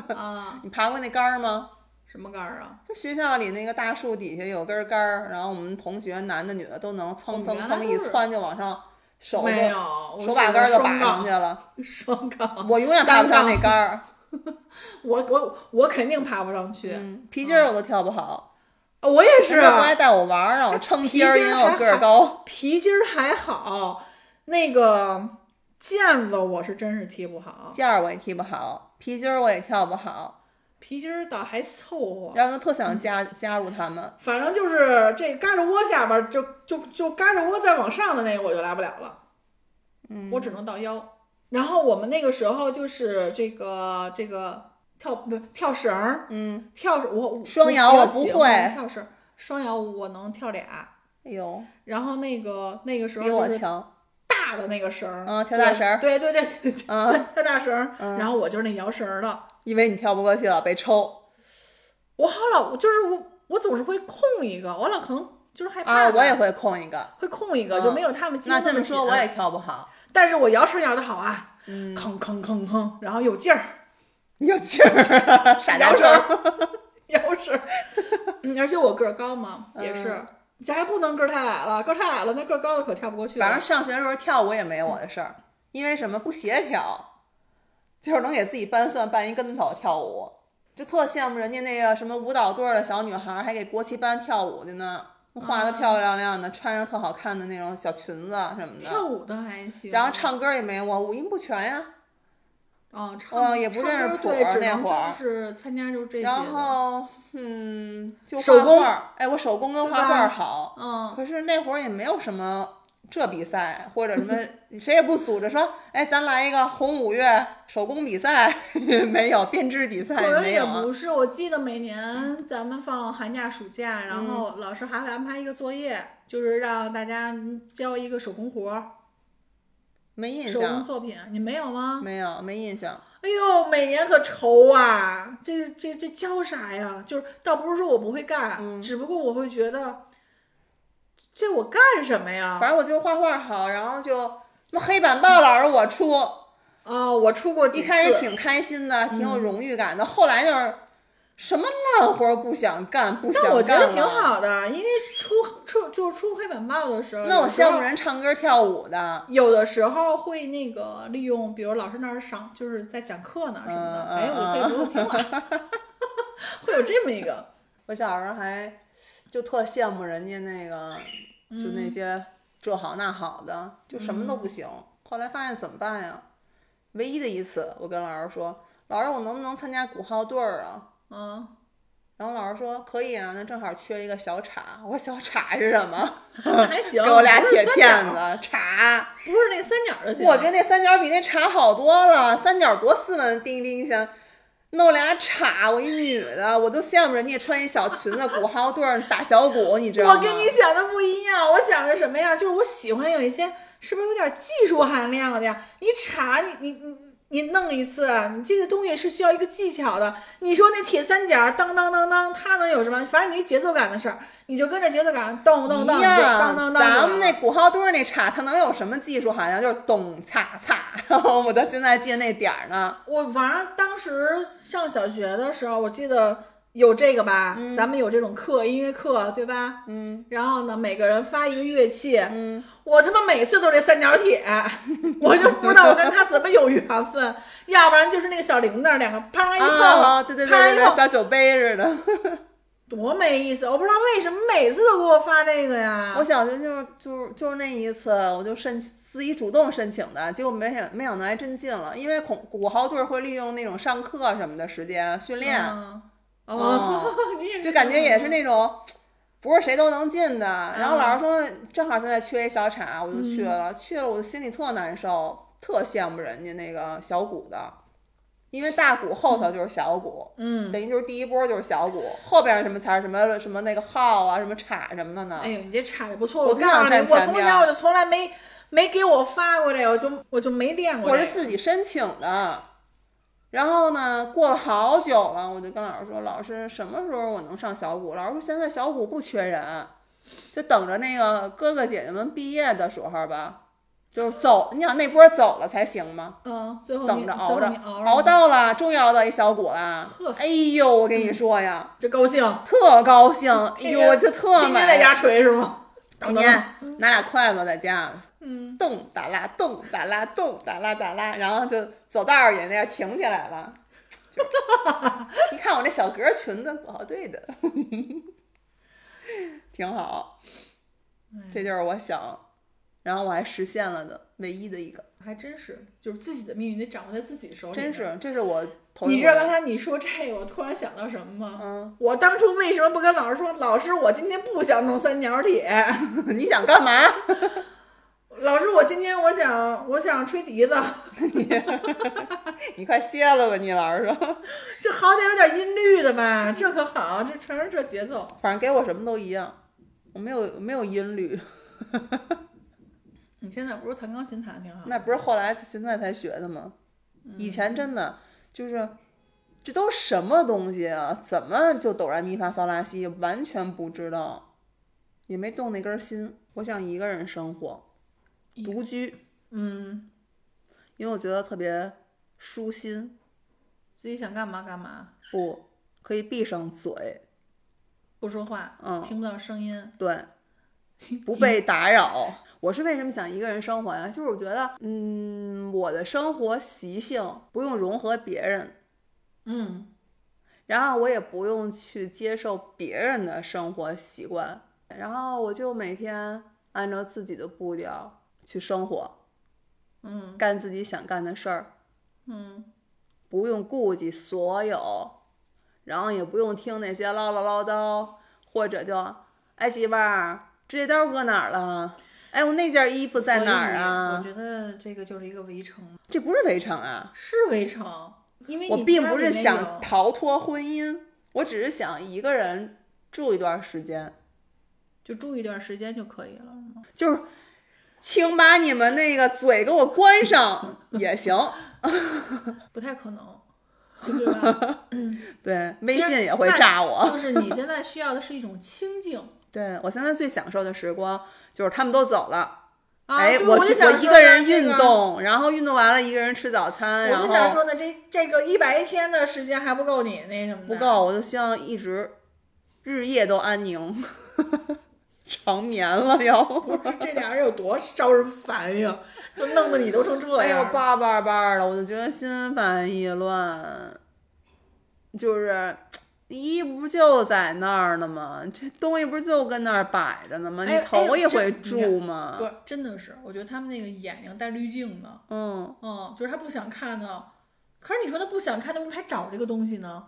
C: 啊，
B: <laughs> 你爬过那杆儿吗？
C: 什么杆儿啊？
B: 就学校里那个大树底下有根儿杆儿，然后我们同学男的女的都能蹭蹭蹭一窜就往上，手就
C: 没有，我
B: 手把
C: 只
B: 杆儿
C: 是
B: 就
C: 双
B: 把上
C: 杠
B: 去，了。
C: 双杠，
B: 我永远爬不上那杆儿，
C: 我我我肯定爬不上去，
B: <laughs> 嗯皮筋儿我都跳不好。
C: 啊我也是
B: 那时候我还带我玩儿，让我撑筋儿，因为我个儿高。
C: 皮筋儿还好，那个毽子我是真是踢不好，
B: 毽儿我也踢不好，皮筋儿我也跳不好，
C: 皮筋儿倒还凑合，
B: 然后就特想加加入他们。
C: 反正就是这嘎着窝下边儿就就就嘎着窝再往上的那个我就来不了了，嗯，我只能到腰，然后我们那个时候就是这个这个跳不是跳绳儿，
B: 嗯，
C: 跳我
B: 双摇
C: 我比
B: 我
C: 较
B: 不
C: 喜欢
B: 会
C: 跳绳儿，双摇我能跳俩。
B: 哎呦，
C: 然后那个那个时候
B: 比我
C: 就是
B: 强，
C: 大的那个绳儿，
B: 嗯跳大绳儿
C: 对对对对，
B: 嗯，
C: 跳大绳儿。然后我就是那摇绳儿的，
B: 因为你跳不过去老被抽
C: 我好老就是我我总是会空一个，我老可能就是害怕吧、
B: 啊，我也会空一个。
C: 会空一个，
B: 嗯
C: 就没有他们接
B: 那
C: 这
B: 这么说我
C: 紧
B: 也嗯跳不好，
C: 但是我摇绳摇得好啊，吭吭吭吭，然后有劲儿，
B: 有劲儿，啊 <laughs> 傻大
C: 摇
B: 壮。
C: 绳，摇
B: <laughs>
C: 绳，嗯而且我个儿高嘛，也是，
B: 嗯
C: 这还不能个儿太矮了，个儿太矮了，那个儿高的可跳不过去了。
B: 反正上学的时候跳舞也没我的事儿，因为什么不协调，就是能给自己搬蒜搬一跟头跳舞，就特羡慕人家那个什么舞蹈队儿的小女孩儿，还给国旗班跳舞的呢，画
C: 啊
B: 的漂漂亮亮的，穿上特好看的那种小裙子什么
C: 跳
B: 的，
C: 舞的还行，
B: 嗯然后唱歌也没我，五音不全呀。
C: 哦，唱、
B: 嗯也不认识
C: 唱歌
B: 谱
C: 对，
B: 儿
C: 只
B: 那
C: 能
B: 会儿
C: 就是参加就这些的。
B: 然后，嗯，就
C: 手
B: 画
C: 工
B: 画儿，哎，我手工跟
C: 对
B: 画
C: 吧
B: 画儿好，
C: 嗯，
B: 可是那会儿也没有什么这比赛或者什么，谁也不组织说，哎，咱来一个红五月手工比赛， <laughs> 没有编织比赛
C: 可
B: 也
C: 能
B: 没
C: 也
B: 有啊
C: 不是，我记得每年咱们放寒假、暑假，然后
B: 嗯
C: 老师还会安排一个作业，就是让大家交一个手工活儿、
B: 没印
C: 手工
B: 象，
C: 作品，你没有吗？
B: 没有没印象，
C: 哎呦，每年可愁啊！这这这教啥呀？就是倒不是说我不会干，
B: 嗯
C: 只不过我会觉得，这我干什么呀？
B: 反正我就画画好，然后就什么黑板
C: 嗯
B: 报老是我出，
C: 啊、我出过几
B: 一
C: 次
B: 开始挺开心的，挺
C: 嗯
B: 有荣誉感的，后来就是什么烂活儿不想干，不想干
C: 但我觉得挺
B: 了
C: 好的，因为出出就出黑板报的时候，
B: 那我
C: 有时候
B: 羡慕人唱歌跳舞的，
C: 有的时候会那个利用，比如老师那儿上就是在讲课呢什么的，
B: 嗯嗯嗯
C: 哎，我可以不用听了， <laughs> 会有这么一个，
B: 我小时候还就特羡慕人家那个，就那些这好那好的，就什么都不行。后来发现怎么办呀？唯一的一次，我跟老师说：“老师，我能不能参加鼓号队儿啊
C: 嗯，？”
B: 然后老师说：“可以啊，那正好缺一个小叉。”我说小叉是什么？
C: 还行，
B: 给我俩
C: 不是
B: 铁
C: 三
B: 片
C: 角，
B: 子叉。
C: 不是那三角就行，
B: 我觉得那三角比那叉好多了，三角多斯文，叮叮一下。弄俩叉，我一女的，我都羡慕人家穿一小裙子，鼓号队儿打小鼓，你知道吗？
C: 我跟你想的不一样，我想的什么呀？就是我喜欢有一些是不是有点技术含量的呀？你查你你你你弄一次，啊你这个东西是需要一个技巧的。你说那铁三角当当当当，它能有什么？反正你一节奏感的事儿，你就跟着节奏感动动动，
B: 一
C: 你就当
B: 样
C: 当当。
B: 咱们那鼓号队儿那叉，它能有什么技术含量？就是咚嚓嚓，然后 <laughs> 我到现在记得那点儿呢。
C: 我反正当时上小学的时候，我记得有这个吧，
B: 嗯
C: 咱们有这种课，音乐课，对吧？嗯。然后呢，每个人发一个乐器。嗯。我他妈每次都是这三角铁， <laughs> 我就不知道我跟他怎么有缘分，要不然就是那个小铃铛，两个啪一碰，
B: 啊，对对对
C: 啪
B: 对
C: 一
B: 对，
C: 碰，
B: 小酒杯似的。
C: 多没意思！我不知道为什么每次都给我发这个呀。
B: 我小学就是就是就是那一次，我就申自己主动申请的，结果没想没想到还真进了，因为鼓鼓号队儿会利用那种上课什么的时间训练，
C: 嗯哦， <laughs> 你也是
B: 就感觉也是那种。不是谁都能进的，
C: 嗯
B: 然后老师说正好现在缺一小叉，我就去了，去了我心里特难受，特羡慕人家那个小鼓的，因为大鼓后头就是小鼓，
C: 嗯。
B: 等于就是第一波就是小鼓，后边什么才是什么什么那个号啊，什么叉什么的呢？
C: 哎呦，你这插的不错，
B: 我
C: 告
B: 刚
C: 诉你，
B: 想站
C: 我
B: 前
C: 从
B: 边
C: 小我就从来没没给我发过这个，我就我就没练过、
B: 我
C: 这个。
B: 是自己申请的，然后呢，过了好久了，我就跟老师说，老师什么时候我能上小鼓？老师说现在小鼓不缺人，就等着那个哥哥姐姐们毕业的时候吧，就是走，你想那波走了才行吗？
C: 嗯，最后你
B: 等着熬
C: 最
B: 着
C: 后，你
B: 熬
C: 熬着
B: 到了，终于熬到一小鼓了
C: 呵。
B: 哎呦，我跟你说呀，
C: 这高兴，
B: 特高兴，哎
C: 天
B: 呦，
C: 天
B: 我就特
C: 天天在
B: 美。
C: 家捶是吗？
B: 你拿俩筷子在家，
C: <laughs> 嗯，
B: 动打拉动打拉动打拉打拉，然后就走道儿也那样停起来了。 <laughs> 就一看我这小格裙子，不好对的， <laughs> 挺好。这就是我想，然后我还实现了的唯一的一个，
C: 还真是，就是自己的命运得掌握在自己手里。
B: 真。是，这是我头一
C: 你知道
B: 回
C: 刚才你说这个，我突然想到什么吗？
B: 嗯， <laughs>
C: 我当初为什么不跟老师说，老师，我今天不想弄三角铁？
B: 你想干嘛？
C: 老师，我今天我想我想吹笛子，
B: 你快歇了吧，你老师说，
C: 这好歹有点音律的吧，这可好，这全是这节奏。
B: 反正给我什么都一样，我没有没有音律，
C: 你现在不是弹钢琴弹得挺好？
B: 那不是后来现在才学的吗？以前真的就是，这都什么东西啊？怎么就哆来咪发嗦拉西，完全不知道，也没动那根心。我想一个人生活，独居，
C: 嗯，
B: 因为我觉得特别舒心，
C: 自己想干嘛干嘛，
B: 不可以闭上嘴，
C: 不说话，
B: 嗯
C: 听不到声音，
B: 对，不被打扰。我是为什么想一个人生活呀、就是我觉得，嗯，我的生活习性不用融合别人，
C: <laughs> 嗯，
B: 然后我也不用去接受别人的生活习惯，然后我就每天按照自己的步调去生活，
C: 嗯，
B: 干自己想干的事儿，
C: 嗯，
B: 不用顾及所有，然后也不用听那些唠唠唠叨，或者就，哎媳妇儿，指甲刀搁哪儿了？哎，我那件衣服在哪儿
C: 我
B: 啊？
C: 觉得这个就是一个围城，
B: 这不是围城啊！
C: 是围城，因为
B: 我
C: 你
B: 并
C: 家
B: 不
C: 里
B: 是
C: 面
B: 想
C: 有
B: 逃脱婚姻，我只是想一个人住一段时间。
C: 就住一段时间就可以了，是吗？
B: 就是，请把你们那个嘴给我
C: <laughs>
B: 关上也行。
C: 不太可
B: <laughs>
C: 能，对吧？
B: 对，微信也会炸
C: 那
B: 我。
C: 就是你现在需要的是一种清静。
B: 对我现在最享受的时光就是他们都走了，
C: 啊、
B: 哎，
C: 对
B: 我
C: 就
B: 去
C: 想
B: 一
C: 说
B: 个
C: 呢
B: 人
C: 这
B: 运
C: 个
B: 动，然后运动完了一个人吃早餐，
C: 我
B: 然
C: 就想
B: 后
C: 说呢，这这个一百一天的时间还不够你那什么的，
B: 不够，我就希望一直日夜都安宁， <laughs> 长眠了要。
C: 不是这俩人有多招人烦呀？就弄得你都成这样。
B: <laughs> 哎呦，叭叭叭的，我就觉得心烦意乱，就是。衣服不就在那儿呢吗？这东西不就跟那儿摆着呢吗？
C: 哎
B: 你头一回
C: 哎这
B: 住吗？
C: 不是，真的是，我觉得他们那个眼睛带滤镜呢，
B: 嗯，
C: 嗯，就是他不想看呢。可是你说他不想看，他为什么还找这个东西呢？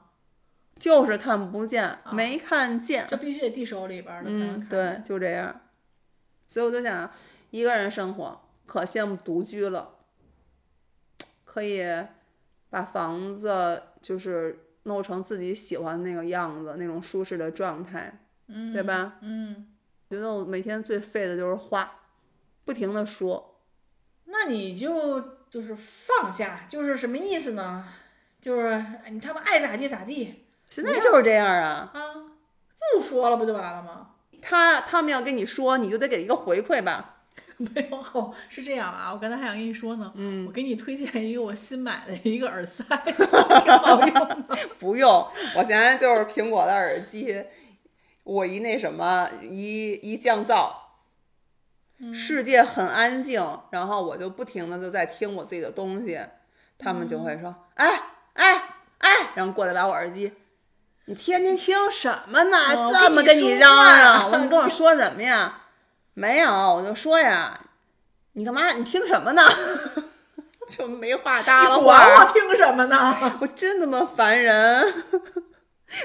B: 就是看不见，
C: 啊
B: 没看见。
C: 这必须得递手里边儿的才能
B: 嗯，
C: 看。
B: 对，就这样。所以我就想，一个人生活可羡慕独居了，可以把房子就是弄成自己喜欢的那个样子，那种舒适的状态，
C: 嗯，
B: 对吧？
C: 嗯，
B: 觉得我每天最废的就是话，不停的说，
C: 那你就就是放下，就是什么意思呢？就是哎你他妈爱咋地咋地
B: 现在就是这样啊。
C: 啊，不说了不就完了吗？ <laughs>
B: 他他们要跟你说，你就得给一个回馈吧。
C: 没有、是这样啊，我刚才还想跟你说呢，嗯，我给你推荐一个我新买的一个耳
B: <laughs>
C: 塞，挺好用的。
B: 不用，我现在就是苹果的耳机，我一那什么一一降噪，世界很安静，然后我就不停的就在听我自己的东西，他们就会说，哎哎哎，然后过来把我耳机。你天天听什么呢？
C: 哦
B: 这么
C: 跟
B: 跟
C: 你
B: 你
C: 说
B: 嚷
C: 呀
B: 嚷，我说你跟我说什么呀？没有，我就说呀，你干嘛？你听什么呢？ <laughs> 就没话搭了话
C: 管
B: 儿。
C: 我听什么呢？
B: <laughs> 我真他妈烦人， <laughs>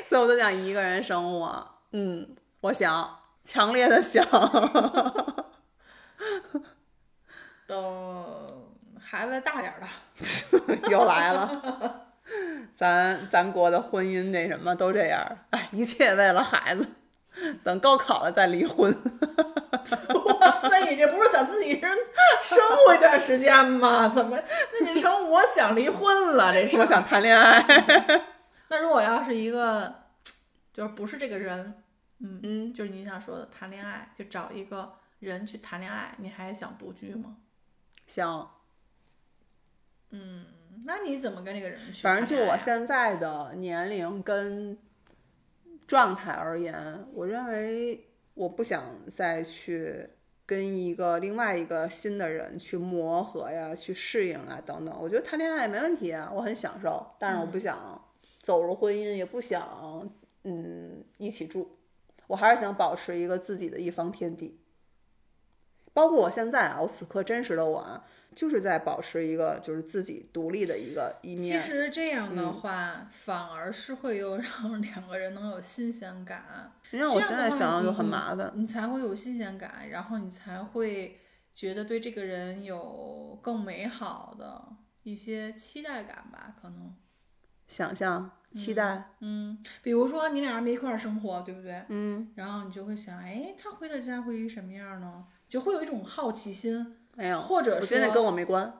B: 所以我就想一个人生活。嗯，我想，强烈的想， <laughs>
C: 等孩子大点儿了， <laughs>
B: 又来了。咱咱国的婚姻那什么都这样，哎，一切为了孩子。等高考了再离婚， <laughs>
C: 哇塞，你这不是想自己一人生活一段时间吗？怎么，那你成我想离婚了？这是
B: 我。想谈恋爱。
C: 那如果要是一个，就是不是这个人，嗯
B: 嗯，
C: 就是你想说的谈恋爱，就找一个人去谈恋爱，你还想独居吗？
B: 想，
C: 那你怎么跟这个人去谈
B: 反
C: 恋爱
B: 正
C: 啊？
B: 就我现在的年龄跟状态而言，我认为我不想再去跟一个另外一个新的人去磨合呀、去适应啊等等。我觉得谈恋爱没问题啊，我很享受，但是
C: 嗯
B: 我不想走入婚姻，也不想嗯一起住，我还是想保持一个自己的一方天地。包括我现在啊，我此刻真实的我啊，就是在保持一个就是自己独立的一个一
C: 其
B: 面。
C: 实这样
B: 嗯
C: 的话，反而是会有 <laughs> 让两个人能有新鲜感。
B: 你让
C: 这
B: 我
C: 样
B: 现
C: 的
B: 在
C: 话嗯
B: 想想就
C: 你
B: 很麻烦。
C: 你才会有新鲜感，然后你才会觉得对这个人有更美好的一些期待感吧，可能。
B: 想象、期待，
C: 嗯，比如说你俩人在一块儿生活，对不对？
B: 嗯，
C: 然后你就会想，哎，他回到家会是什么样呢？就会有一种好奇心。
B: 没有，
C: 或者
B: 我觉得
C: 说
B: 跟我没关。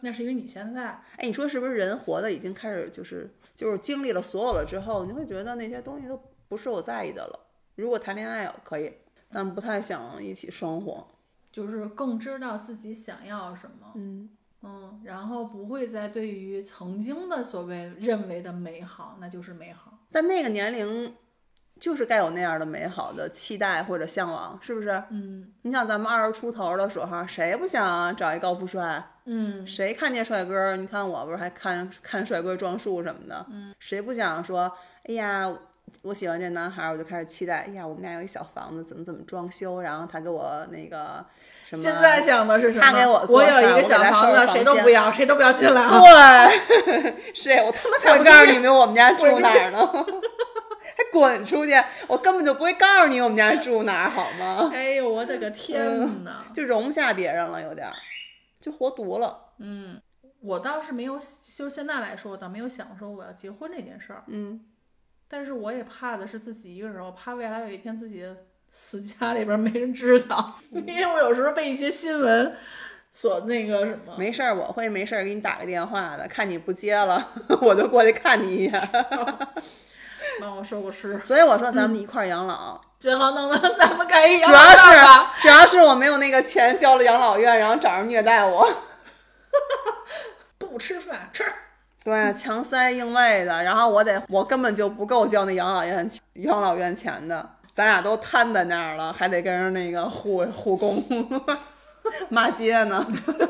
C: 那是因为你现在，
B: 哎，你说是不是人活的已经开始就是就是经历了所有了之后，你会觉得那些东西都不是我在意的了。如果谈恋爱可以，但不太想一起生活。
C: 就是更知道自己想要什么。
B: 嗯，
C: 嗯，然后不会再对于曾经的所谓认为的美好，那就是美好。
B: 但那个年龄就是该有那样的美好的期待或者向往，是不是？
C: 嗯
B: 你想咱们二十出头的时候，谁不想找一高富帅？
C: 嗯，
B: 谁看见帅哥？你看我不是还看看帅哥撞树什么的？嗯，谁不想说，哎呀，我喜欢这男孩儿，我就开始期待，哎呀，我们俩有一小房子，怎么怎么装修，然后他给我那个什么？
C: 现在想的是什么？
B: 他给我做
C: 我有
B: 饭
C: 一个
B: 我给
C: 小
B: 他
C: 房
B: 收拾
C: 子，
B: 房
C: 谁都
B: 间
C: 不要，谁都不要进来啊！
B: <laughs> 对， <laughs> 是我他妈才不告诉你们我们家住哪儿呢， <laughs> 还滚出去！我根本就不会告诉你我们家住哪儿，好吗？ <laughs>
C: 哎呦，我的个天呐！
B: 就容不下别人了，有点儿，就活毒了。
C: 我倒是没有，就是现在来说，我倒没有想说我要结婚这件事儿。
B: 嗯，
C: 但是我也怕的是自己一个人，我怕未来有一天自己死家里边没人知道，
B: 嗯
C: 因为我有时候被一些新闻所那个什么。
B: 没事儿，我会没事儿给你打个电话的，看你不接了， <laughs> 我就过去看你一眼。 <laughs>
C: 帮我收个尸，
B: 所以我说咱们一块儿养老，
C: 最好弄得咱们可以
B: 主要是
C: 吧。
B: 主要是我没有那个钱交了养老院，然后找人虐待我。 <laughs>
C: 不吃饭吃，
B: 对啊，强塞硬喂的，然后我得，我根本就不够交那养老院钱养老院钱的，咱俩都瘫在那儿了，还得跟人那个护护工 <laughs> 骂街呢，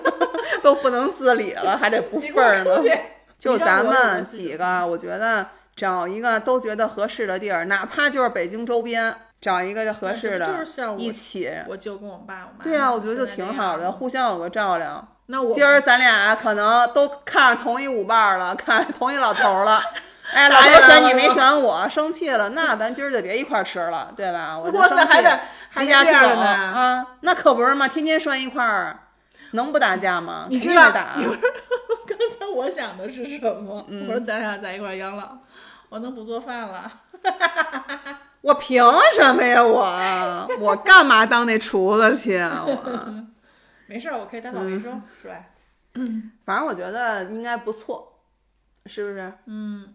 B: <laughs> 都不能自理了，还得不
C: 你
B: 份
C: 给我
B: 儿呢
C: 出。去！
B: 就
C: 你让
B: 咱
C: 我有
B: 们
C: 个自己
B: 几个，我觉得找一个都觉得合适的地儿，哪怕就是北京周边，找一个合适
C: 那这不
B: 的
C: 就是像，我嗯
B: 一起。
C: 我就跟我爸我妈。
B: 对啊，我觉得就挺好的，。互相有个照料。
C: 那我
B: 今儿咱俩可能都看上同一舞伴儿了，看上同一老头儿了。哎，老
C: 哎呀
B: 头选你没选我，生气了，那咱今儿就别一块儿吃了，对吧？我就
C: 哇
B: 生
C: 塞，
B: 气
C: 还得还
B: 离
C: 得
B: 家
C: 这
B: 出
C: 样
B: 走
C: 呢
B: 啊！那可不是嘛，天天拴一块儿，啊能不打架吗？
C: 你
B: 肯
C: 知
B: 定得
C: 道
B: 打啊
C: 你。不是刚才我想的是什么？
B: 嗯
C: 我说咱俩在一块儿养老，我能不做饭了？
B: 我凭什么呀？我我干嘛当那厨子去啊？我
C: 没事儿，我可以
B: 嗯
C: 当老卫生，是吧？
B: 反正我觉得应该不错，是不是？
C: 嗯，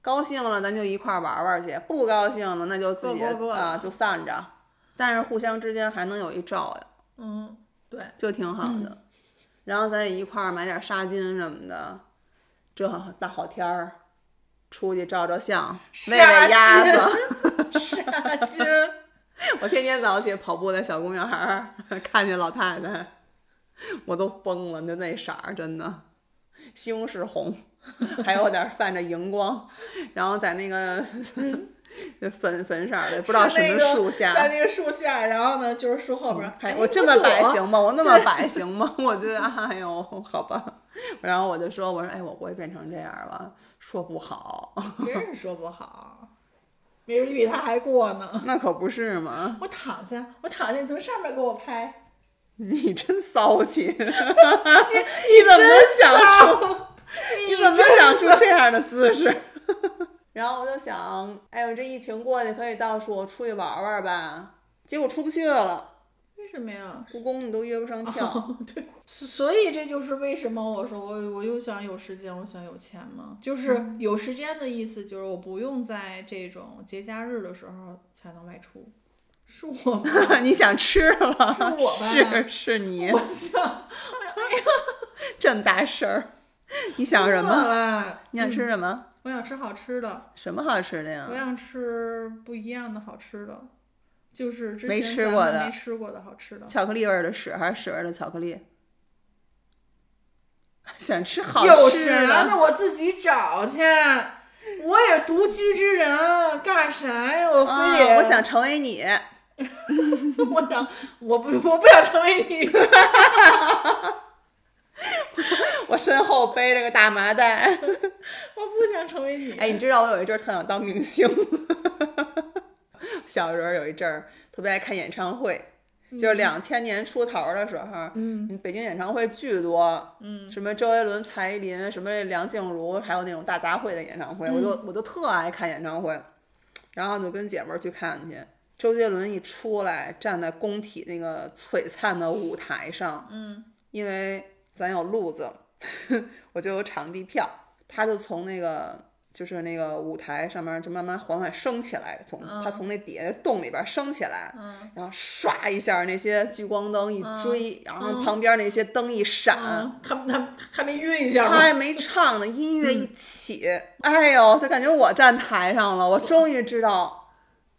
B: 高兴了咱就一块儿玩玩去，不高兴了那就自己
C: 各过各的
B: 啊、就散着，但是互相之间还能有一照呀，
C: 嗯，
B: <laughs>
C: 对，
B: 就挺好的。
C: 嗯
B: 然后咱也一块儿买点纱巾什么的，这大好天儿，出去照照相，喂
C: 纱
B: 喂鸭
C: 巾
B: 子。
C: 纱巾，
B: 我天天早起跑步在小公园儿，看见老太太，我都疯了，就那色儿真的，西红柿红， <laughs> 还有点泛着荧光，然后在那个粉粉色儿的， <laughs> 不知道
C: 是
B: 什么
C: 那个
B: 树下。
C: 在那个树下，然后呢，就是树后边儿。
B: 哎
C: 哎，
B: 我这么白
C: 我
B: 行吗？我那么白行吗？ <laughs> 我就哎呦，好吧。然后我就说，我说哎，我不会变成这样吧？说不好， <laughs>
C: 真是说不好，没准你比他还过呢。
B: 那可不是嘛。
C: 我躺下，我躺下，你从上面给我拍，
B: 你真骚气，你怎么能想出？你怎么能想出这样的姿势？ <laughs> 然后我就想，哎呦，这疫情过去可以到处出去玩玩吧。结果出不去了，
C: 为什么呀？
B: 故宫你都约不上票。
C: 对，所以这就是为什么我说我我又想有时间，我想有钱嘛，
B: 嗯
C: 就是有时间的意思，就是我不用在这种节假日的时候才能外出，是我吗？
B: <laughs>
C: <laughs>
B: 你想吃了
C: 是我？吧
B: 是是你
C: 我
B: <laughs>
C: 想
B: 这大事儿。你想
C: 饿
B: 什么？
C: 了，
B: 你想吃什么？
C: 我想吃好吃的，
B: 什么好吃的呀
C: 我？想吃不一样的好吃的，就是之前
B: 没吃
C: 咱
B: 过
C: 们
B: 的
C: 没吃过的好吃的。
B: 巧克力味儿的屎还是屎味儿的巧克力？ <laughs> 想吃好
C: 有啊
B: 吃
C: 啥
B: 的
C: 呢？我自己找去。我也独居之人，干啥呀？我非
B: 啊
C: 得、
B: 我想成为你。
C: <laughs>
B: <laughs>
C: 我想，我不，我不想成为你。
B: 我身后背着个大麻袋。
C: 我不想成为你。
B: 哎，你知道我有一阵儿特想当明星，小时候有一阵儿特别爱看演唱会，就是两千年出头的时候，嗯，北京演唱会巨多，嗯，什么周杰伦、蔡依林，什么梁静茹，还有那种大杂烩的演唱会，我就我就特爱看演唱会，然后就跟姐们儿去看去。周杰伦一出来，站在工体那个璀璨的舞台上，嗯，因为咱有路子， <laughs> 我就有场地票，他就从那个就是那个舞台上面就慢慢缓缓升起来，从、他从那底下的洞里边升起来，然后唰一下那些聚光灯一追，然后旁边那些灯一闪，
C: 嗯他他还没晕一下
B: 他还
C: 吗？
B: 没唱呢，音乐一起，哎呦，就感觉我站台上了，我终于知道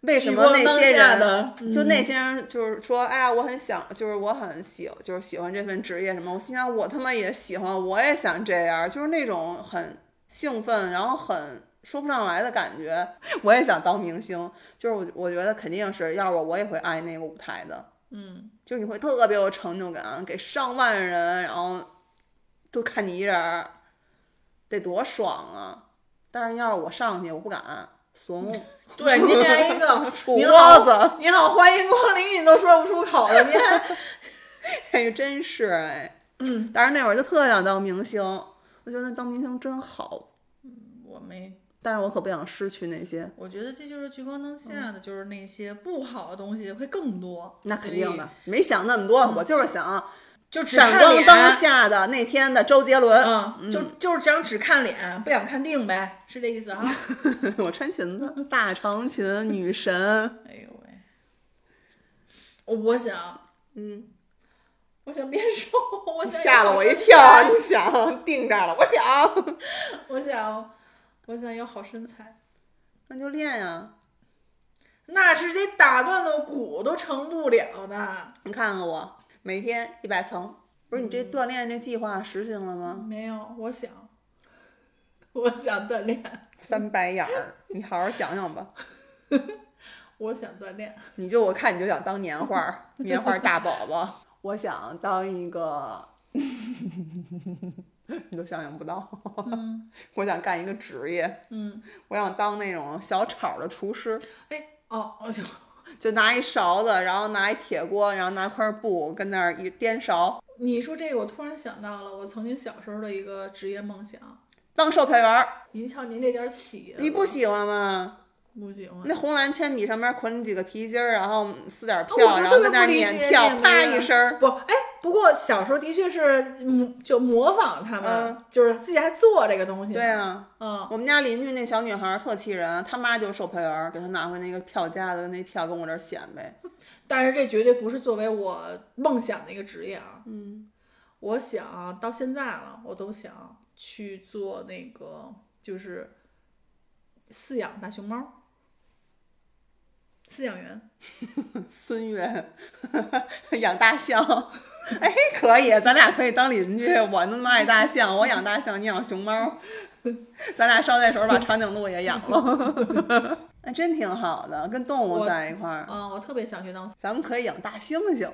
B: 为什么那些
C: 聚光灯下
B: 人
C: 的嗯
B: 就那些人就是说，哎呀，我很想，就是我很喜，就是喜欢这份职业什么。我心想，我他妈也喜欢，我也想这样，就是那种很兴奋，然后很。说不上来的感觉，我也想当明星。就是我，我觉得肯定是，要我我也会爱那个舞台的。嗯，就你会特别有成就感，给上万人，然后就看你一人儿，得多爽啊！但是要是我上去，我不敢，怂。
C: 对，您连一个
B: <laughs> 杵
C: 您
B: 窝
C: 好
B: 子，
C: 您好，欢迎光临，你都说不出口了，您还
B: 哎，真是哎，嗯，但是那会儿就特想当明星，我觉得当明星真好，
C: <laughs> 我没
B: 但是我可不想失去那些，
C: 我觉得这就是聚光灯下的，就是那些不好的东西会更多。
B: 那肯定
C: 所以
B: 的，没想那么多，我就是想啊
C: 就只
B: 闪
C: 看
B: 光
C: 脸。
B: 灯下的那天的周杰伦，
C: 嗯，就就是想只看脸，不想看腚呗，是这意 <laughs> 思啊？
B: <laughs> 我穿裙子，大长裙，女神，
C: 哎呦喂，我我想，
B: 嗯，
C: 我想变瘦， <laughs> 我想
B: 吓了
C: 有
B: 我
C: 好
B: 一
C: 身
B: 跳啊，
C: 材
B: 你想定这儿了，我想， <laughs>
C: 我想，我想有好身材，
B: 那就练呀、
C: 那是得打断的骨都成不了的。
B: 你看看我，每天一百层。不是你
C: 嗯
B: 这锻炼这计划实行了吗？
C: 没有，我想，我想锻炼，
B: 翻白眼儿，你好好想想吧。
C: 我想锻炼。
B: 你就我看你就想当年画儿，年画儿大宝宝。
C: <laughs>
B: 我想当一个， <laughs> 你都想象不到。 <laughs> 我想干一个职业，
C: 嗯，
B: 我想当那种小炒的厨师，
C: 哎，哦，我想。
B: 就拿一勺子，然后拿一铁锅，然后拿块布跟那儿一颠勺，
C: 你说这个，我突然想到了我曾经小时候的一个职业梦想。
B: 当售票员儿。
C: 您瞧您这点儿起呀，
B: 你不喜欢吗？
C: 不喜欢？
B: 那红蓝铅笔上面捆几个皮筋儿，然后撕点
C: 啊
B: 票，
C: 我不是
B: 然
C: 特
B: 后
C: 别
B: 在那儿
C: 不理
B: 撵
C: 解
B: 票，
C: 你
B: 啪
C: 们
B: 一
C: <laughs>
B: 声儿。
C: 不，哎，不过小时候的确是，嗯，就模仿他们，
B: 嗯
C: 就是自己还做这个东西。
B: 对，啊，
C: 嗯，
B: 我们家邻居那小女孩儿特气人，她妈就是售票员儿，给她拿回那个票夹子，那票跟我这儿显摆。
C: 但是这绝对不是作为我梦想的一个职业啊。嗯，我想到现在了，我都想去做那个，就是饲养大熊猫，饲养员。
B: 孙悦 <laughs> 养大象，哎，可以，咱俩可以当邻居。我他妈爱大象，我养大象，你养熊猫， <laughs> 咱俩捎带手把长颈鹿也养
C: <laughs>
B: 了，哎，真挺好的，跟动物
C: 我
B: 在一块儿。
C: 嗯，我特别想去当
B: 咱们可以养大猩猩，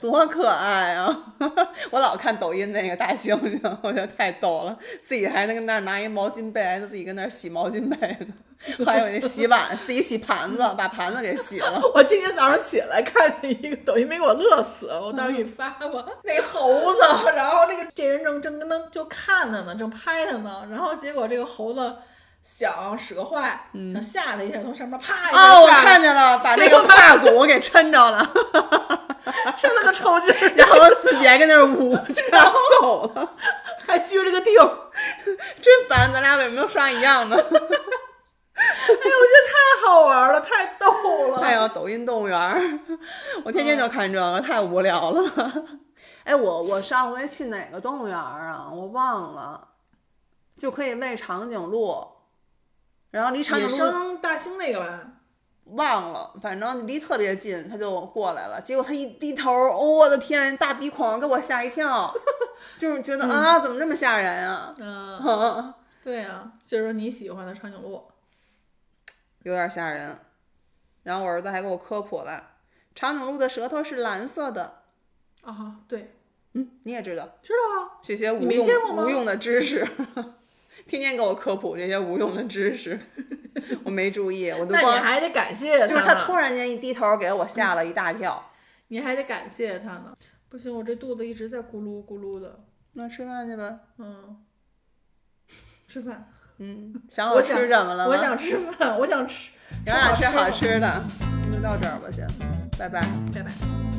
B: 多可爱啊！ <laughs> 我老看抖音那个大猩猩，我觉得太逗了，自己还能跟那儿拿一毛巾被，还能自己跟那儿洗毛巾被呢， <laughs> 还有那洗碗，自己洗盘子，把盘子给洗 <laughs> 了。
C: <laughs> 我今天早上起来看见一个抖音，没给我乐死了。我到时候给你发吧。
B: <laughs>
C: 那猴子，然后那个这人正正跟他就看他呢，正拍他呢，然后结果这个猴子想使个坏，想吓他一下，从上面啪一下
B: 嗯哦，我
C: 下来
B: 看见了，把那个胯骨给抻着了， <laughs>
C: 伸了个臭劲儿，
B: 然后自己还跟那儿舞 <laughs> 着走了，
C: 还撅了个腚。
B: 真烦！咱俩为什么都刷一样的？
C: 哎呦，我觉得太好玩了，太逗了。
B: 哎呦，抖音动物园儿，我天天就看这个，太无聊了。嗯哎，我我上回去哪个动物园儿啊？我忘了，就可以喂长颈鹿，然后离长
C: 野
B: 颈鹿
C: 生大猩那个吧，
B: 忘了，反正离特别近，它就过来了。结果它一低头，哦，我的天，大鼻孔给我吓一跳， <laughs> 就是觉得啊，怎么这么吓人啊？ <laughs>
C: 嗯，
B: 嗯，
C: 对啊，就是说你喜欢的长颈鹿。
B: 有点吓人。然后我儿子还给我科普了，长颈鹿的舌头是蓝色的，
C: 啊，对，
B: 嗯，你也知道。
C: 知道啊，
B: 这些
C: 你
B: 无
C: 没
B: 用
C: 见过吗
B: 无用的知识， <laughs> 天天给我科普这些无用的知识， <laughs> 我没注意，我都
C: 那你
B: 光
C: 还得感谢
B: 就是
C: 他
B: 他
C: 呢
B: 突然间一低头给我吓了一大跳，
C: 你还得感谢他呢。不行，我这肚子一直在咕噜咕噜的。
B: 那吃饭去吧。
C: 嗯，吃饭。
B: 嗯，想
C: 我
B: 好吃
C: 想
B: 什么了吗？
C: 我想吃饭，我想吃。
B: 咱俩吃好
C: 吃
B: 吃的，那就到这儿吧，先，拜拜。
C: 的。拜拜。
B: 嗯。